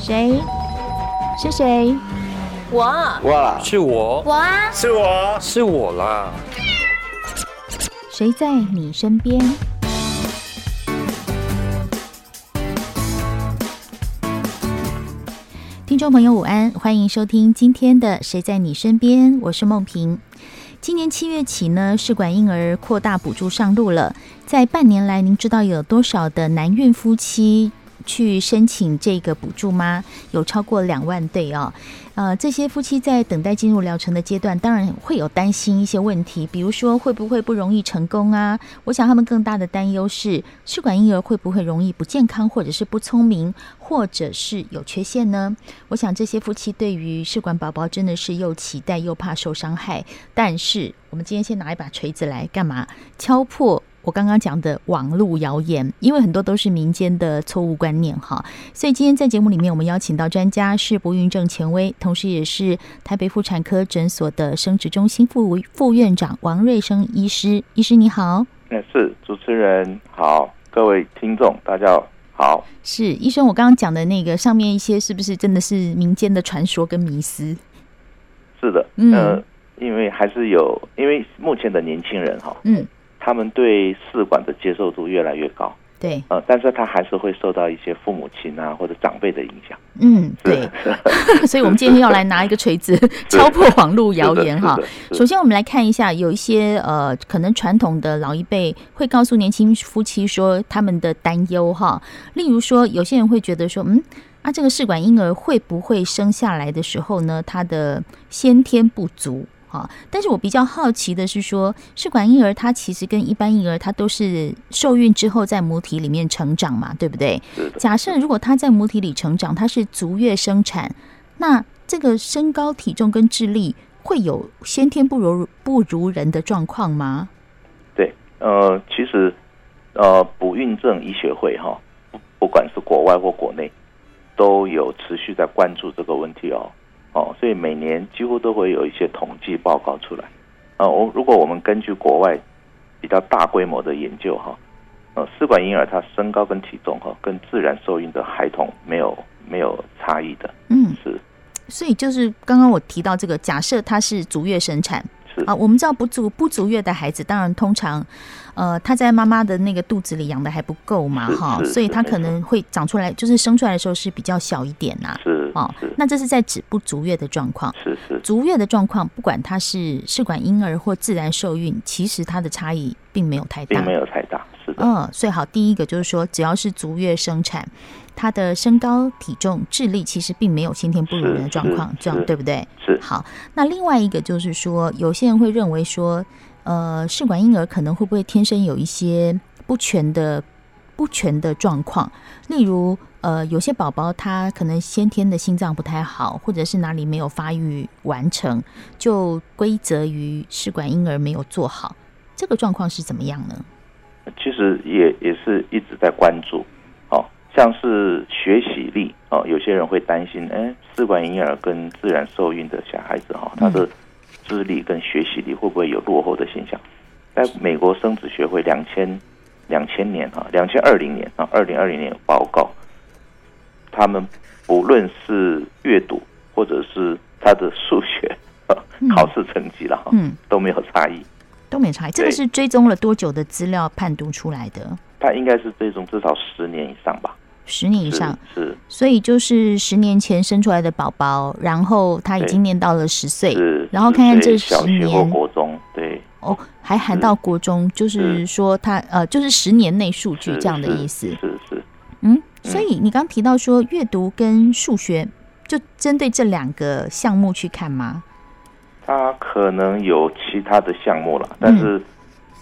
谁？是谁？我哇，是我，我啊，是我，是我啦！谁在你身边？听众朋友，午安，欢迎收听今天的《谁在你身边》，我是梦萍。今年七月起呢，试管婴儿扩大补助上路了。在半年来，您知道有多少的男孕夫妻去申请这个补助吗？有超过两万对哦。呃，这些夫妻在等待进入疗程的阶段，当然会有担心一些问题，比如说会不会不容易成功啊？我想他们更大的担忧是，试管婴儿会不会容易不健康，或者是不聪明，或者是有缺陷呢？我想这些夫妻对于试管宝宝真的是又期待又怕受伤害，但是我们今天先拿一把锤子来干嘛？敲破。我刚刚讲的网络谣言，因为很多都是民间的错误观念哈，所以今天在节目里面，我们邀请到专家是不孕症权威，同时也是台北妇产科诊所的生殖中心副副院长王瑞生医师。医师你好，那是主持人好，各位听众大家好。是医生，我刚刚讲的那个上面一些是不是真的是民间的传说跟迷思？是的，嗯呃，因为还是有，因为目前的年轻人哈，嗯，他们对试管的接受度越来越高，对，呃，但是他还是会受到一些父母亲啊或者长辈的影响。嗯，是 对，所以我们今天要来拿一个锤 子敲破网络谣言哈。，是的是的是首的先，我们来看一下，有一些呃，可能传统的老一辈会告诉年轻夫妻说他们的担忧哈。例如说，有些人会觉得说，嗯，啊，这个试管婴儿会不会生下来的时候呢，他的先天不足哈？但是我比较好奇的是说，试管婴儿它其实跟一般婴儿它都是受孕之后在母体里面成长嘛，对不对？是的假设如果他在母体里成长，他是足月生产，那这个身高、体重跟智力会有先天不如不如人的状况吗？对，呃，其实呃，不孕症医学会哈、不不管是国外或国内，都有持续在关注这个问题哦。哦，所以每年几乎都会有一些统计报告出来。呃，我如果我们根据国外比较大规模的研究哈、呃，试管婴儿他身高跟体重哈、跟自然受孕的孩童没有没有差异的，嗯，是所以就是刚刚我提到这个，假设他是足月生产是啊，我们知道不足不足月的孩子，当然通常，呃，他在妈妈的那个肚子里养的还不够嘛，是哈，是所以是他没可错能会长出来，就是生出来的时候是比较小一点呐、是哦是那这是在指不足月的状况。是是足月的状况，不管它是试管婴儿或自然受孕，其实它的差异并没有太大。并没有太大，是的，嗯，所以好，第一个就是说，只要是足月生产，它的身高、体重、智力其实并没有先天不如人的是状是况，这样是对不对？是好，那另外一个就是说，有些人会认为说，呃，试管婴儿可能会不会天生有一些不全的不全的状况，例如呃，有些宝宝他可能先天的心脏不太好，或者是哪里没有发育完成，就归责于试管婴儿没有做好，这个状况是怎么样呢？其实也也是一直在关注，哦，像是学习力哦，有些人会担心，哎，试管婴儿跟自然受孕的小孩子哈、哦，他嗯的智力跟学习力会不会有落后的现象？在美国生殖学会两千两千年哈，两千二零年啊，二零二零年有报告，他们不论是阅读或者是他的数学、哦嗯考试成绩了哈，嗯，都没有差异。都没有差异，这个哦对是追踪了多久的资料判读出来的？他应该是这种至少十年以上吧，十年以是上，是所以就是十年前生出来的宝宝，然后他已经念到了十岁，是，然后看看这是十小学或年国中，对，哦，还喊到国中，就是嗯是说他呃，就是十年内数据是这样的是意思。是是，嗯，所以你刚提到说阅读跟数学，就针对这两个项目去看吗？他可能有其他的项目了，但是、嗯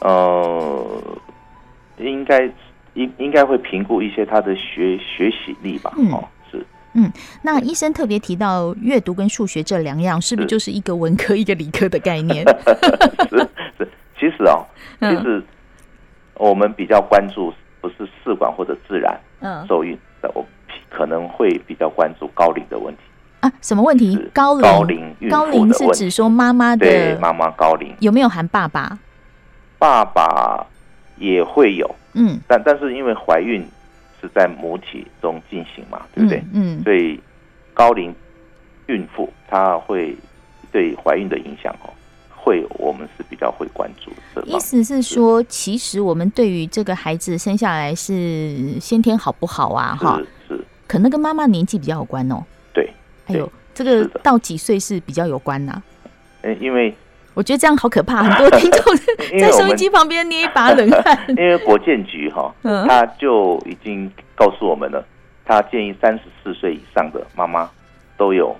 呃，应该应应该会评估一些他的学学习力吧，嗯哦，是那医生特别提到阅读跟数学这两样，是不是是就是一个文科一个理科的概 念？是是，其实 哦，其嗯实我们比较关注不是试管或者自然嗯受孕，但我可能会比较关注高龄的问题，啊，什么问题是？高高龄？龄孕高妇龄的是问指题，说妈妈对的妈妈高龄。有没有含爸爸？爸爸也会有，嗯，但但是因为怀孕是在母体中进行嘛，对不对？嗯嗯所以高龄孕妇她会对怀孕的影响哦，会我们是比较会关注的。意思是嗯说，其实我们对于这个孩子生下来是先天好不好啊？哈是，是，可能跟妈妈年纪比较有关哦。对，还有对这个是的到几岁是比较有关呐、呃因为我觉得这样好可怕，很多听 众因在为我收音们机旁边捏一把冷汗。 因为国建局哈、嗯他就已经告诉我们了，他建议三十四岁以上的妈妈都有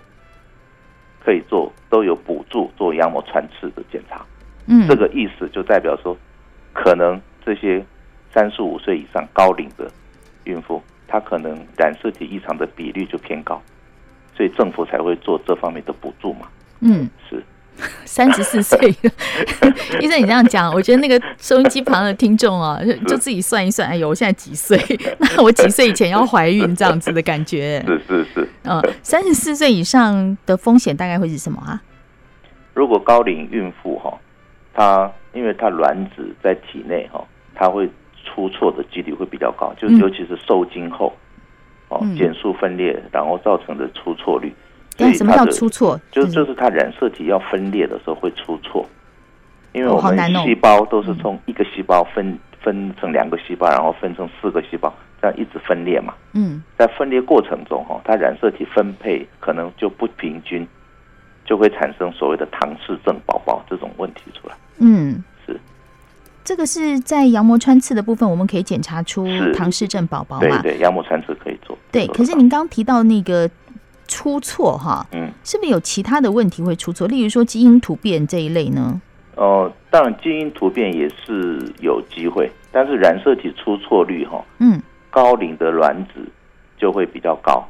可以做都有补助做羊膜穿刺的检查。嗯，这个意思就代表说，可能这些三十五岁以上高龄的孕妇，她可能染色体异常的比率就偏高，所以政府才会做这方面的补助嘛。嗯，是，三十四岁， 医生，你这样讲，我觉得那个收音机旁的听众啊，就就自己算一算，哎呦，我现在几岁？ 那我几岁以前要怀孕这样子的感觉？是是是。嗯，三十四岁以上的风险大概会是什么啊？如果高龄孕妇哈、她因为她卵子在体内哈、她会出错的几率会比较高，就嗯尤其是受精后哦嗯减速分裂，然后造成的出错率。所对，啊以什么她叫的出错？就嗯就是它染色体要分裂的时候会出错，因为我哦好们难哦细胞都是从一个细胞分分成两个细胞，然后分成四个细胞，这样一直分裂嘛。嗯在分裂过程中，哈，它染色体分配可能就不平均，就会产生所谓的唐氏症宝宝这种问题出来。嗯，是这个是在羊膜穿刺的部分，我们可以检查出是唐氏症宝宝对嘛？对，羊膜穿刺可以做。哦对，做得可是到您刚提到那个出错哈，嗯是不是有其他的问题会出错？例如说基因突变这一类呢？哦，当然基因突变也是有机会，但是染色体出错率哦哈、嗯，高龄的卵子就会比较高，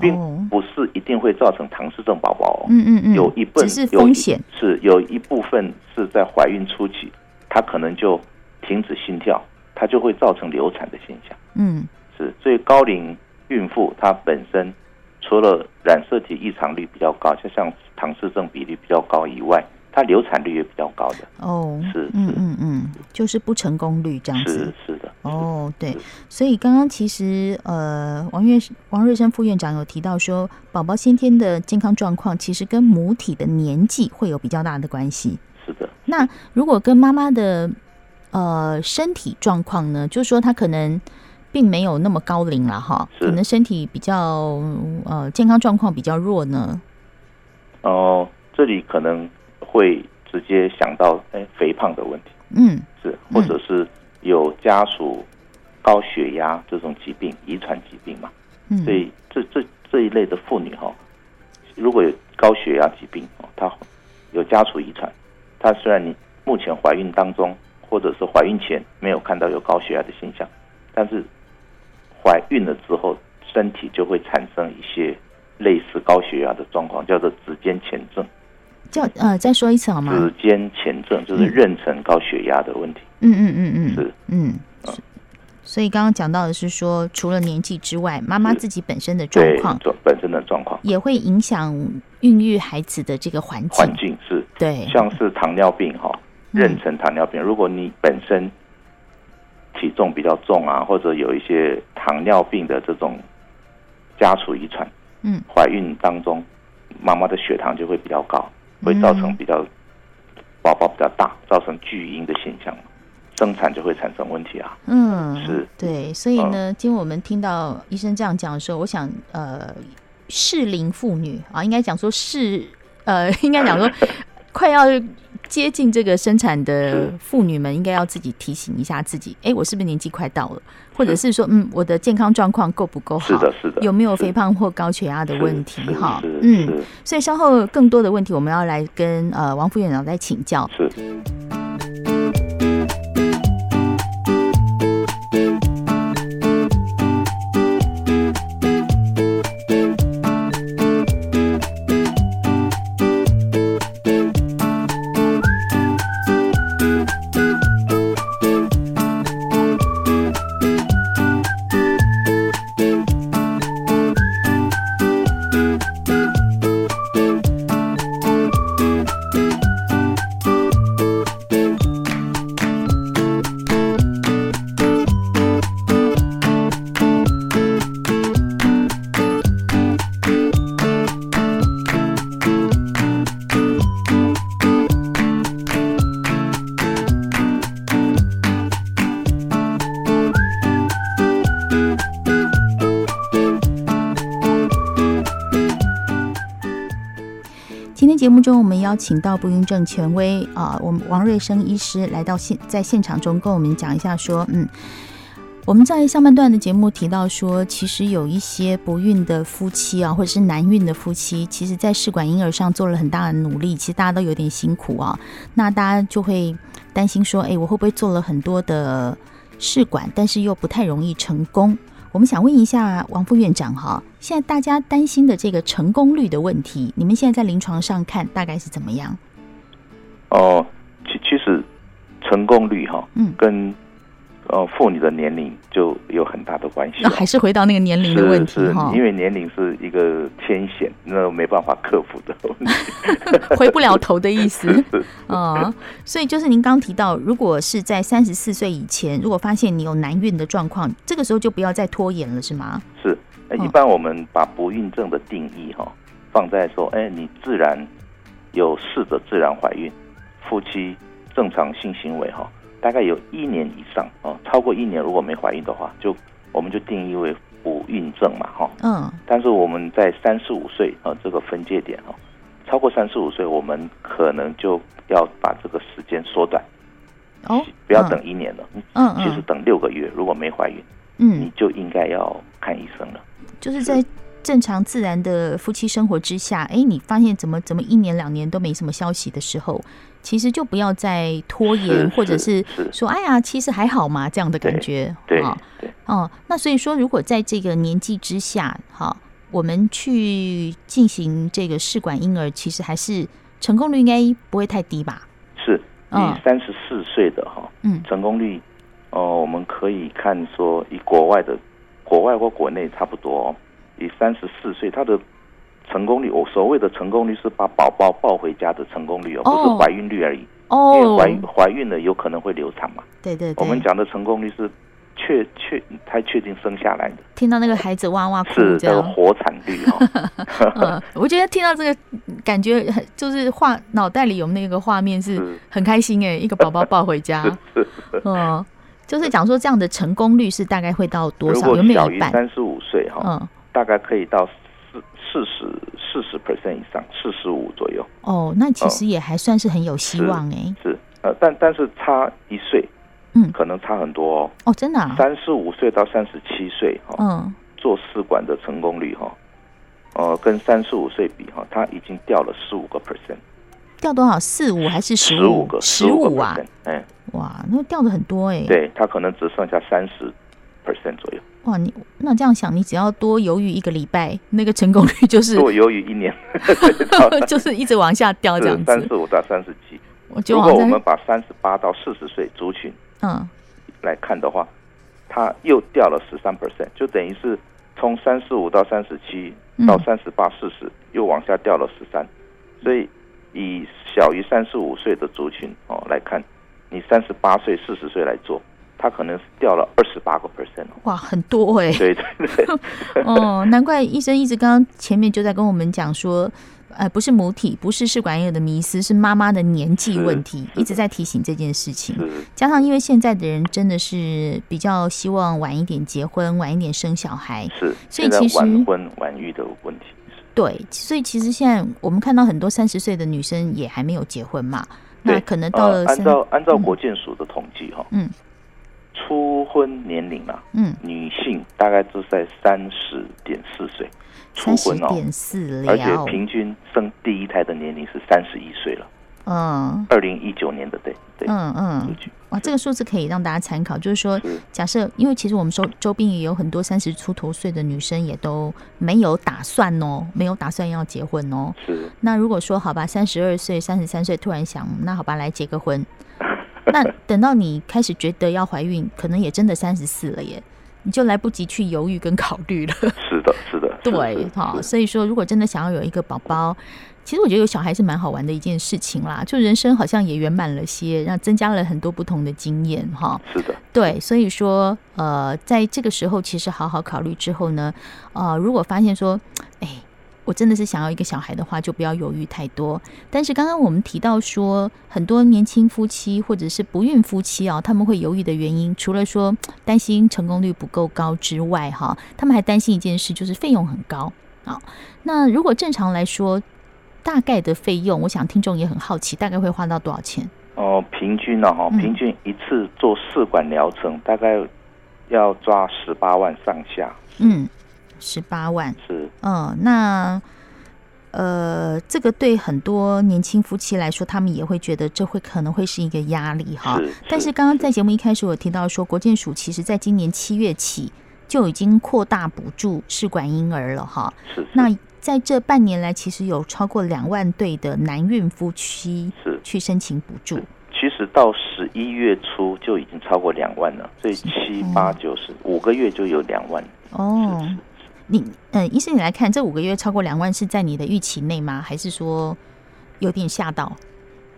并哦不是一定会造成唐氏症宝宝、哦。嗯嗯嗯，有一部分只是有一风险，是有一部分是在怀孕初期，它可能就停止心跳，它就会造成流产的现象。嗯是，所以高龄孕妇她本身除了染色体异常率比较高，就像唐氏症比率比较高以外，她流产率也比较高的。哦，是嗯是嗯嗯，就是不成功率这样是子。是的，哦，对是，所以刚刚其实呃，王月王瑞生副院长有提到说，宝宝先天的健康状况其实跟母体的年纪会有比较大的关系。是的，那如果跟妈妈的呃身体状况呢，就是说她可能并没有那么高龄了哈，是可能身体比较呃健康状况比较弱呢。哦、这里可能会直接想到哎肥胖的问题。嗯是，或者是有家属高血压这种疾病，遗传疾病嘛，嗯，所以这这这一类的妇女哈、如果有高血压疾病哦，她有家属遗传，她虽然你目前怀孕当中或者是怀孕前没有看到有高血压的现象，但是怀孕了之后，身体就会产生一些类似高血压的状况，叫做指尖前症。叫呃再说一次好吗？指尖前症就是嗯妊娠高血压的问题。嗯嗯嗯嗯，是嗯。嗯是所以刚刚讲到的是说，除了年纪之外，妈妈是自己本身的状对况，状本身的状况。也会影响孕育孩子的这个环境。环境是对，像是糖尿病哈、嗯妊娠糖尿病，如果你本身体重比较重啊，或者有一些糖尿病的这种家属遗传，嗯，怀孕当中妈妈的血糖就会比较高，嗯会造成比较宝宝比较大，造成巨婴的现象，生产就会产生问题啊。嗯，是啊对，所以呢，今天我们听到医生这样讲的时候，我想，呃，适龄妇女啊，应该讲说适，呃， 应该 讲说快要接近这个生产的是妇女们，应该要自己提醒一下自己，哎，我是不是年纪快到了？或者是说，嗯，我的健康状况够不够好？是的，是的，有没有是肥胖或高血压的是问题？是哈是，嗯，是所以稍后更多的问题，我们要来跟呃王副院长再请教。是。今天节目中，我们邀请到不孕症权威啊、我们王瑞生医师来到现在现场中，跟我们讲一下说，嗯，我们在上半段的节目提到说，其实有一些不孕的夫妻啊，或者是难孕的夫妻，其实在试管婴儿上做了很大的努力，其实大家都有点辛苦啊。那大家就会担心说，哎，我会不会做了很多的试管，但是又不太容易成功？我们想问一下王副院长哈，现在大家担心的这个成功率的问题，你们现在在临床上看大概是怎么样？哦，其其实成功率哈、嗯跟呃妇女的年龄就有很大的关系、哦那还是回到那个年龄的问题是哈是，，因为年龄是一个天险，那没办法克服的问题。回不了头的意 思。嗯，所以就是您刚提到，如果是在三十四岁以前，如果发现你有难孕的状况，这个时候就不要再拖延了，是吗？是， 嗯那一般我们把不孕症的定义哈、放在说，哎，你自然有试着自然怀孕，夫妻正常性行为哈、大概有一年以上哦，超过一年如果没怀孕的话，就我们就定义为不孕症嘛哈、嗯但是我们在三十五岁啊、这个分界点哦，超过三十五岁，我们可能就要把这个时间缩短，哦，不要等一年了，你嗯其实嗯等六个月，如果没怀孕，你嗯，就应该要看医生了。就是在。正常自然的夫妻生活之下，哎，你发现怎么怎么一年两年都没什么消息的时候，其实就不要再拖延，是或者是是是说，哎呀，其实还好嘛，这样的感觉，对啊对，哦，那所以说，如果在这个年纪之下，哈，我们去进行这个试管婴儿，其实还是成功率应该不会太低吧？是嗯以三十四岁的哈、嗯成功率，哦、我们可以看说以国外的国外或国内差不多、哦，以三十四岁它的成功率，我所谓的成功率是把宝宝抱回家的成功率哦，哦不是怀孕率而已，因为哦，怀怀孕了有可能会流产嘛。对对我们对，讲的成功率是确确才确定生下来的，听到那个孩子哇哇哭是这那个样，活产率哦。 嗯，我觉得听到这个感觉很，就是画脑袋里有那个画面是是很开心哎、一个宝宝抱回 家，嗯，就是讲说这样的成功率是大概会到 多如少？果有没有小一于半？三十五岁哈、嗯，大概可以到四四十四十 percent 以上，四十五左右哦，那其实也还算是很有希是望哎、嗯是呃，但但是差一岁，嗯可能差很多哦。哦，真的、啊，三十五岁到三十七岁哈，嗯，做试管的成功率哈，呃，跟三十五岁比哈，它已经掉了十五个 percent，掉多少？四五还是十五五个？十五五个啊！ percent，嗯，哇，那掉的很多哎、对，它可能只剩下三十 percent 左右，哇，你那这样想，你只要多犹豫一个礼拜，那个成功率就是如果由于一年到 就是一直往下哦掉这样三子。十五到三十七，我就如果好我像们在把三十八到四十岁族群嗯来看的话，它又掉了十三 percent，就等于是从三十五到三十七嗯到三十八、四十，又往下掉了十三。所以以小于三十五岁的族群哦来看，你三十八岁、四十岁来做，它可能是掉了二十八个 percent 哦。哇很多哎、对对对， 哦，难怪医生一直刚刚前面就在跟我们讲说。呃，不是母体，不是试管婴儿的迷思，是妈妈的年纪是问题，是一直在提醒这件事情。是加上因为现在的人真的是比较希望晚一点结婚，晚一点生小孩，是。所以现在其实晚婚晚育的问题是对，所以其实现在我们看到很多三十岁的女生也还没有结婚嘛，对那可能到了呃、三按，照按照国健署的统计哈、嗯，初婚年龄啊，嗯，女性大概都在三十点四岁，初三十婚哦，点四而且了，平均生第一胎的年龄是三十一岁了，嗯二零一九年的对对嗯呃数嗯，据哇，这个数字可以让大家参考，就是说，是假设因为其实我们周周边也有很多三十出头岁的女生也都没有打算哦，没有打算要结婚哦。是那如果说好吧，三十二岁、三十三岁突然想，那好吧，来结个婚。那等到你开始觉得要怀孕，可能也真的三十四了耶，你就来不及去犹豫跟考虑了。是的是的，是对是，哈，是所以说如果真的想要有一个宝宝，其实我觉得有小孩是蛮好玩的一件事情啦，就人生好像也圆满了些，让增加了很多不同的经验哈。是的，对，所以说呃，在这个时候其实好好考虑之后呢，呃，如果发现说，哎，我真的是想要一个小孩的话，就不要犹豫太多。但是刚刚我们提到说，很多年轻夫妻或者是不孕夫妻啊，他们会犹豫的原因，除了说担心成功率不够高之外，哈，他们还担心一件事，就是费用很高啊。那如果正常来说，大概的费用，我想听众也很好奇，大概会花到多少钱？哦，平均呢、哈，嗯平均一次做试管疗程大概要抓十八万上下，嗯，十八万。是嗯，那呃，这个对很多年轻夫妻来说，他们也会觉得这会可能会是一个压力哈是。但是刚刚在节目一开始我提到说，国健署其实在今年七月起就已经扩大补助试管婴儿了哈。是是那在这半年来，其实有超过两万对的男孕夫妻是去申请补助。其实到十一月初就已经超过两万了，所以七八九十五个月就有两万。哦是，你嗯、医生你来看，这五个月超过两万是在你的预期内吗？还是说有点吓到，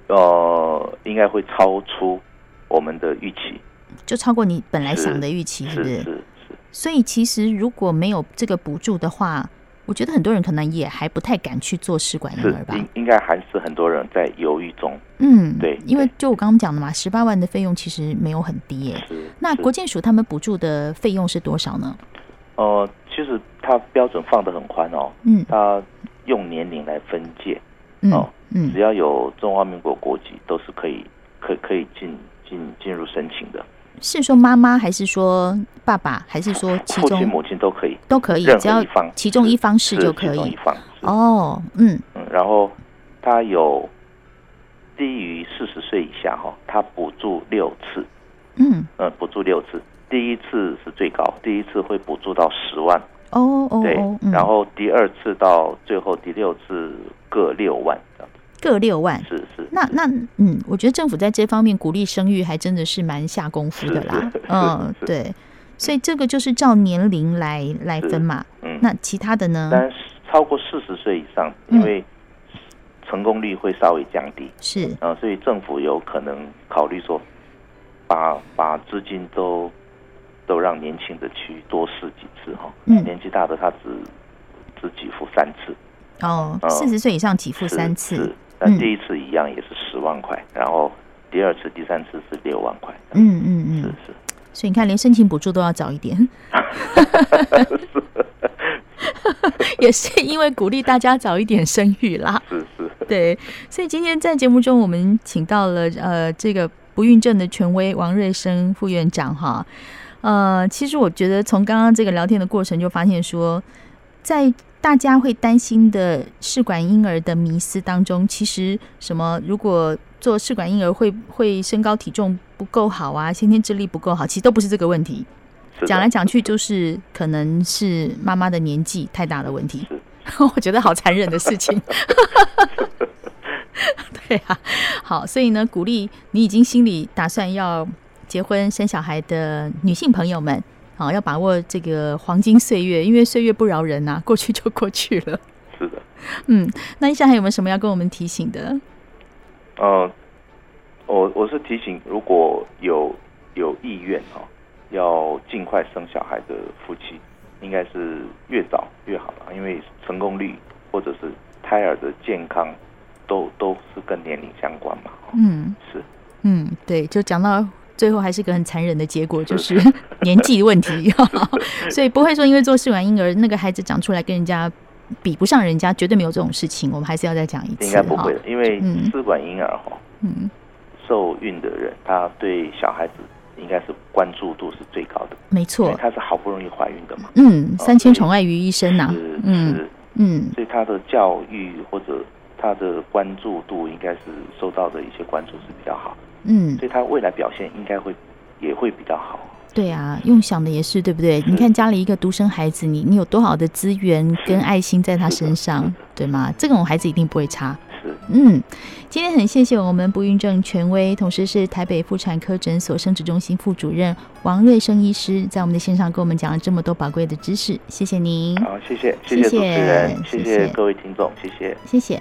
呃，应该会超出我们的预期，就超过你本来是想的预期，是是不是是？是，所以其实如果没有这个补助的话，我觉得很多人可能也还不太敢去做试管婴是儿吧。应应该还是很多人在犹豫中。嗯，对因为对就我刚刚讲的嘛，十八万的费用其实没有很低耶。是那是国健署他们补助的费用是多少呢？呃，其实它标准放得很宽哦，嗯它用年龄来分界，嗯哦嗯只要有中华民国国籍都是可以可可以进进进入申请的，是说妈妈还是说爸爸还是说其父亲中母亲都可以，都可以任，只要何一方其中一方是就可其中一以。方是哦，嗯嗯，然后他有低于四十岁以下哈，他补助六次，嗯，呃，补助六次，第一次是最高，第一次会补助到十万，哦哦对，哦，嗯然后第二次到最后第六次各六万，这样各六万。是是，那那嗯，我觉得政府在这方面鼓励生育还真的是蛮下功夫的啦是是。 嗯，是对，所以这个就是照年龄来来分嘛。嗯，那其他的呢？但是超过四十岁以上，嗯因为成功率会稍微降低，是啊，所以政府有可能考虑说，把把资金都都让年轻的去多试几次哈、嗯年纪大的他只只给付三次，哦，哦四十岁以上给付三是次是。但嗯第一次一样也是十万块，然后第二次、第三次是六万块，嗯嗯是嗯，是所以你看，连申请补助都要早一 点， 也是因为鼓励大家早一点生育啦。是是， 对，所以今天在节目中，我们请到了呃这个不孕症的权威王瑞生副院长哈。呃，其实我觉得从刚刚这个聊天的过程就发现说，在大家会担心的试管婴儿的迷思当中，其实什么如果做试管婴儿会会身高体重不够好啊，先天智力不够好，其实都不是这个问题。是的讲来讲去就是可能是妈妈的年纪太大的问题 是，我觉得好残忍的事 情。对啊，好，所以呢，鼓励你已经心里打算要结婚生小孩的女性朋友们，好、要把握这个黄金岁月，因为岁月不饶人呐、过去就过去了。是的，嗯，那医生还有没有什么要跟我们提醒的？呃，哦我我是提醒，如果有有意愿哈、要尽快生小孩的夫妻，应该是越早越好了，因为成功率或者是胎儿的健康都都是跟年龄相关嘛。哦嗯是嗯，对，就讲到最后还是个很残忍的结 果，就是年纪问题， 所以不会说因为做试管婴儿那个孩子长出来跟人家比不上人家，绝对没有这种事情。我们还是要再讲一次，应该不会哈的，因为嗯试管婴儿哈、嗯受孕的人他对小孩子应该是关注度是最高的，没因为错，他是好不容易怀孕的嘛。嗯，哦三千宠爱于一身呐、是嗯是，嗯所以他的教育或者他的关注度应该是受到的一些关注是比较好，嗯，所以他未来表现应该会也会比较好。对啊，用想的也是对不对？你看家里一个独生孩子，你你有多好的资源跟爱心在他身上，对吗？这种孩子一定不会差。是，嗯，今天很谢谢我们不孕症权威，同时是台北妇产科诊所生殖中心副主任王瑞生医师，在我们的线上跟我们讲了这么多宝贵的知识，谢谢您，好，谢谢，谢谢谢主持人，谢谢谢谢各位听众，谢谢。谢谢，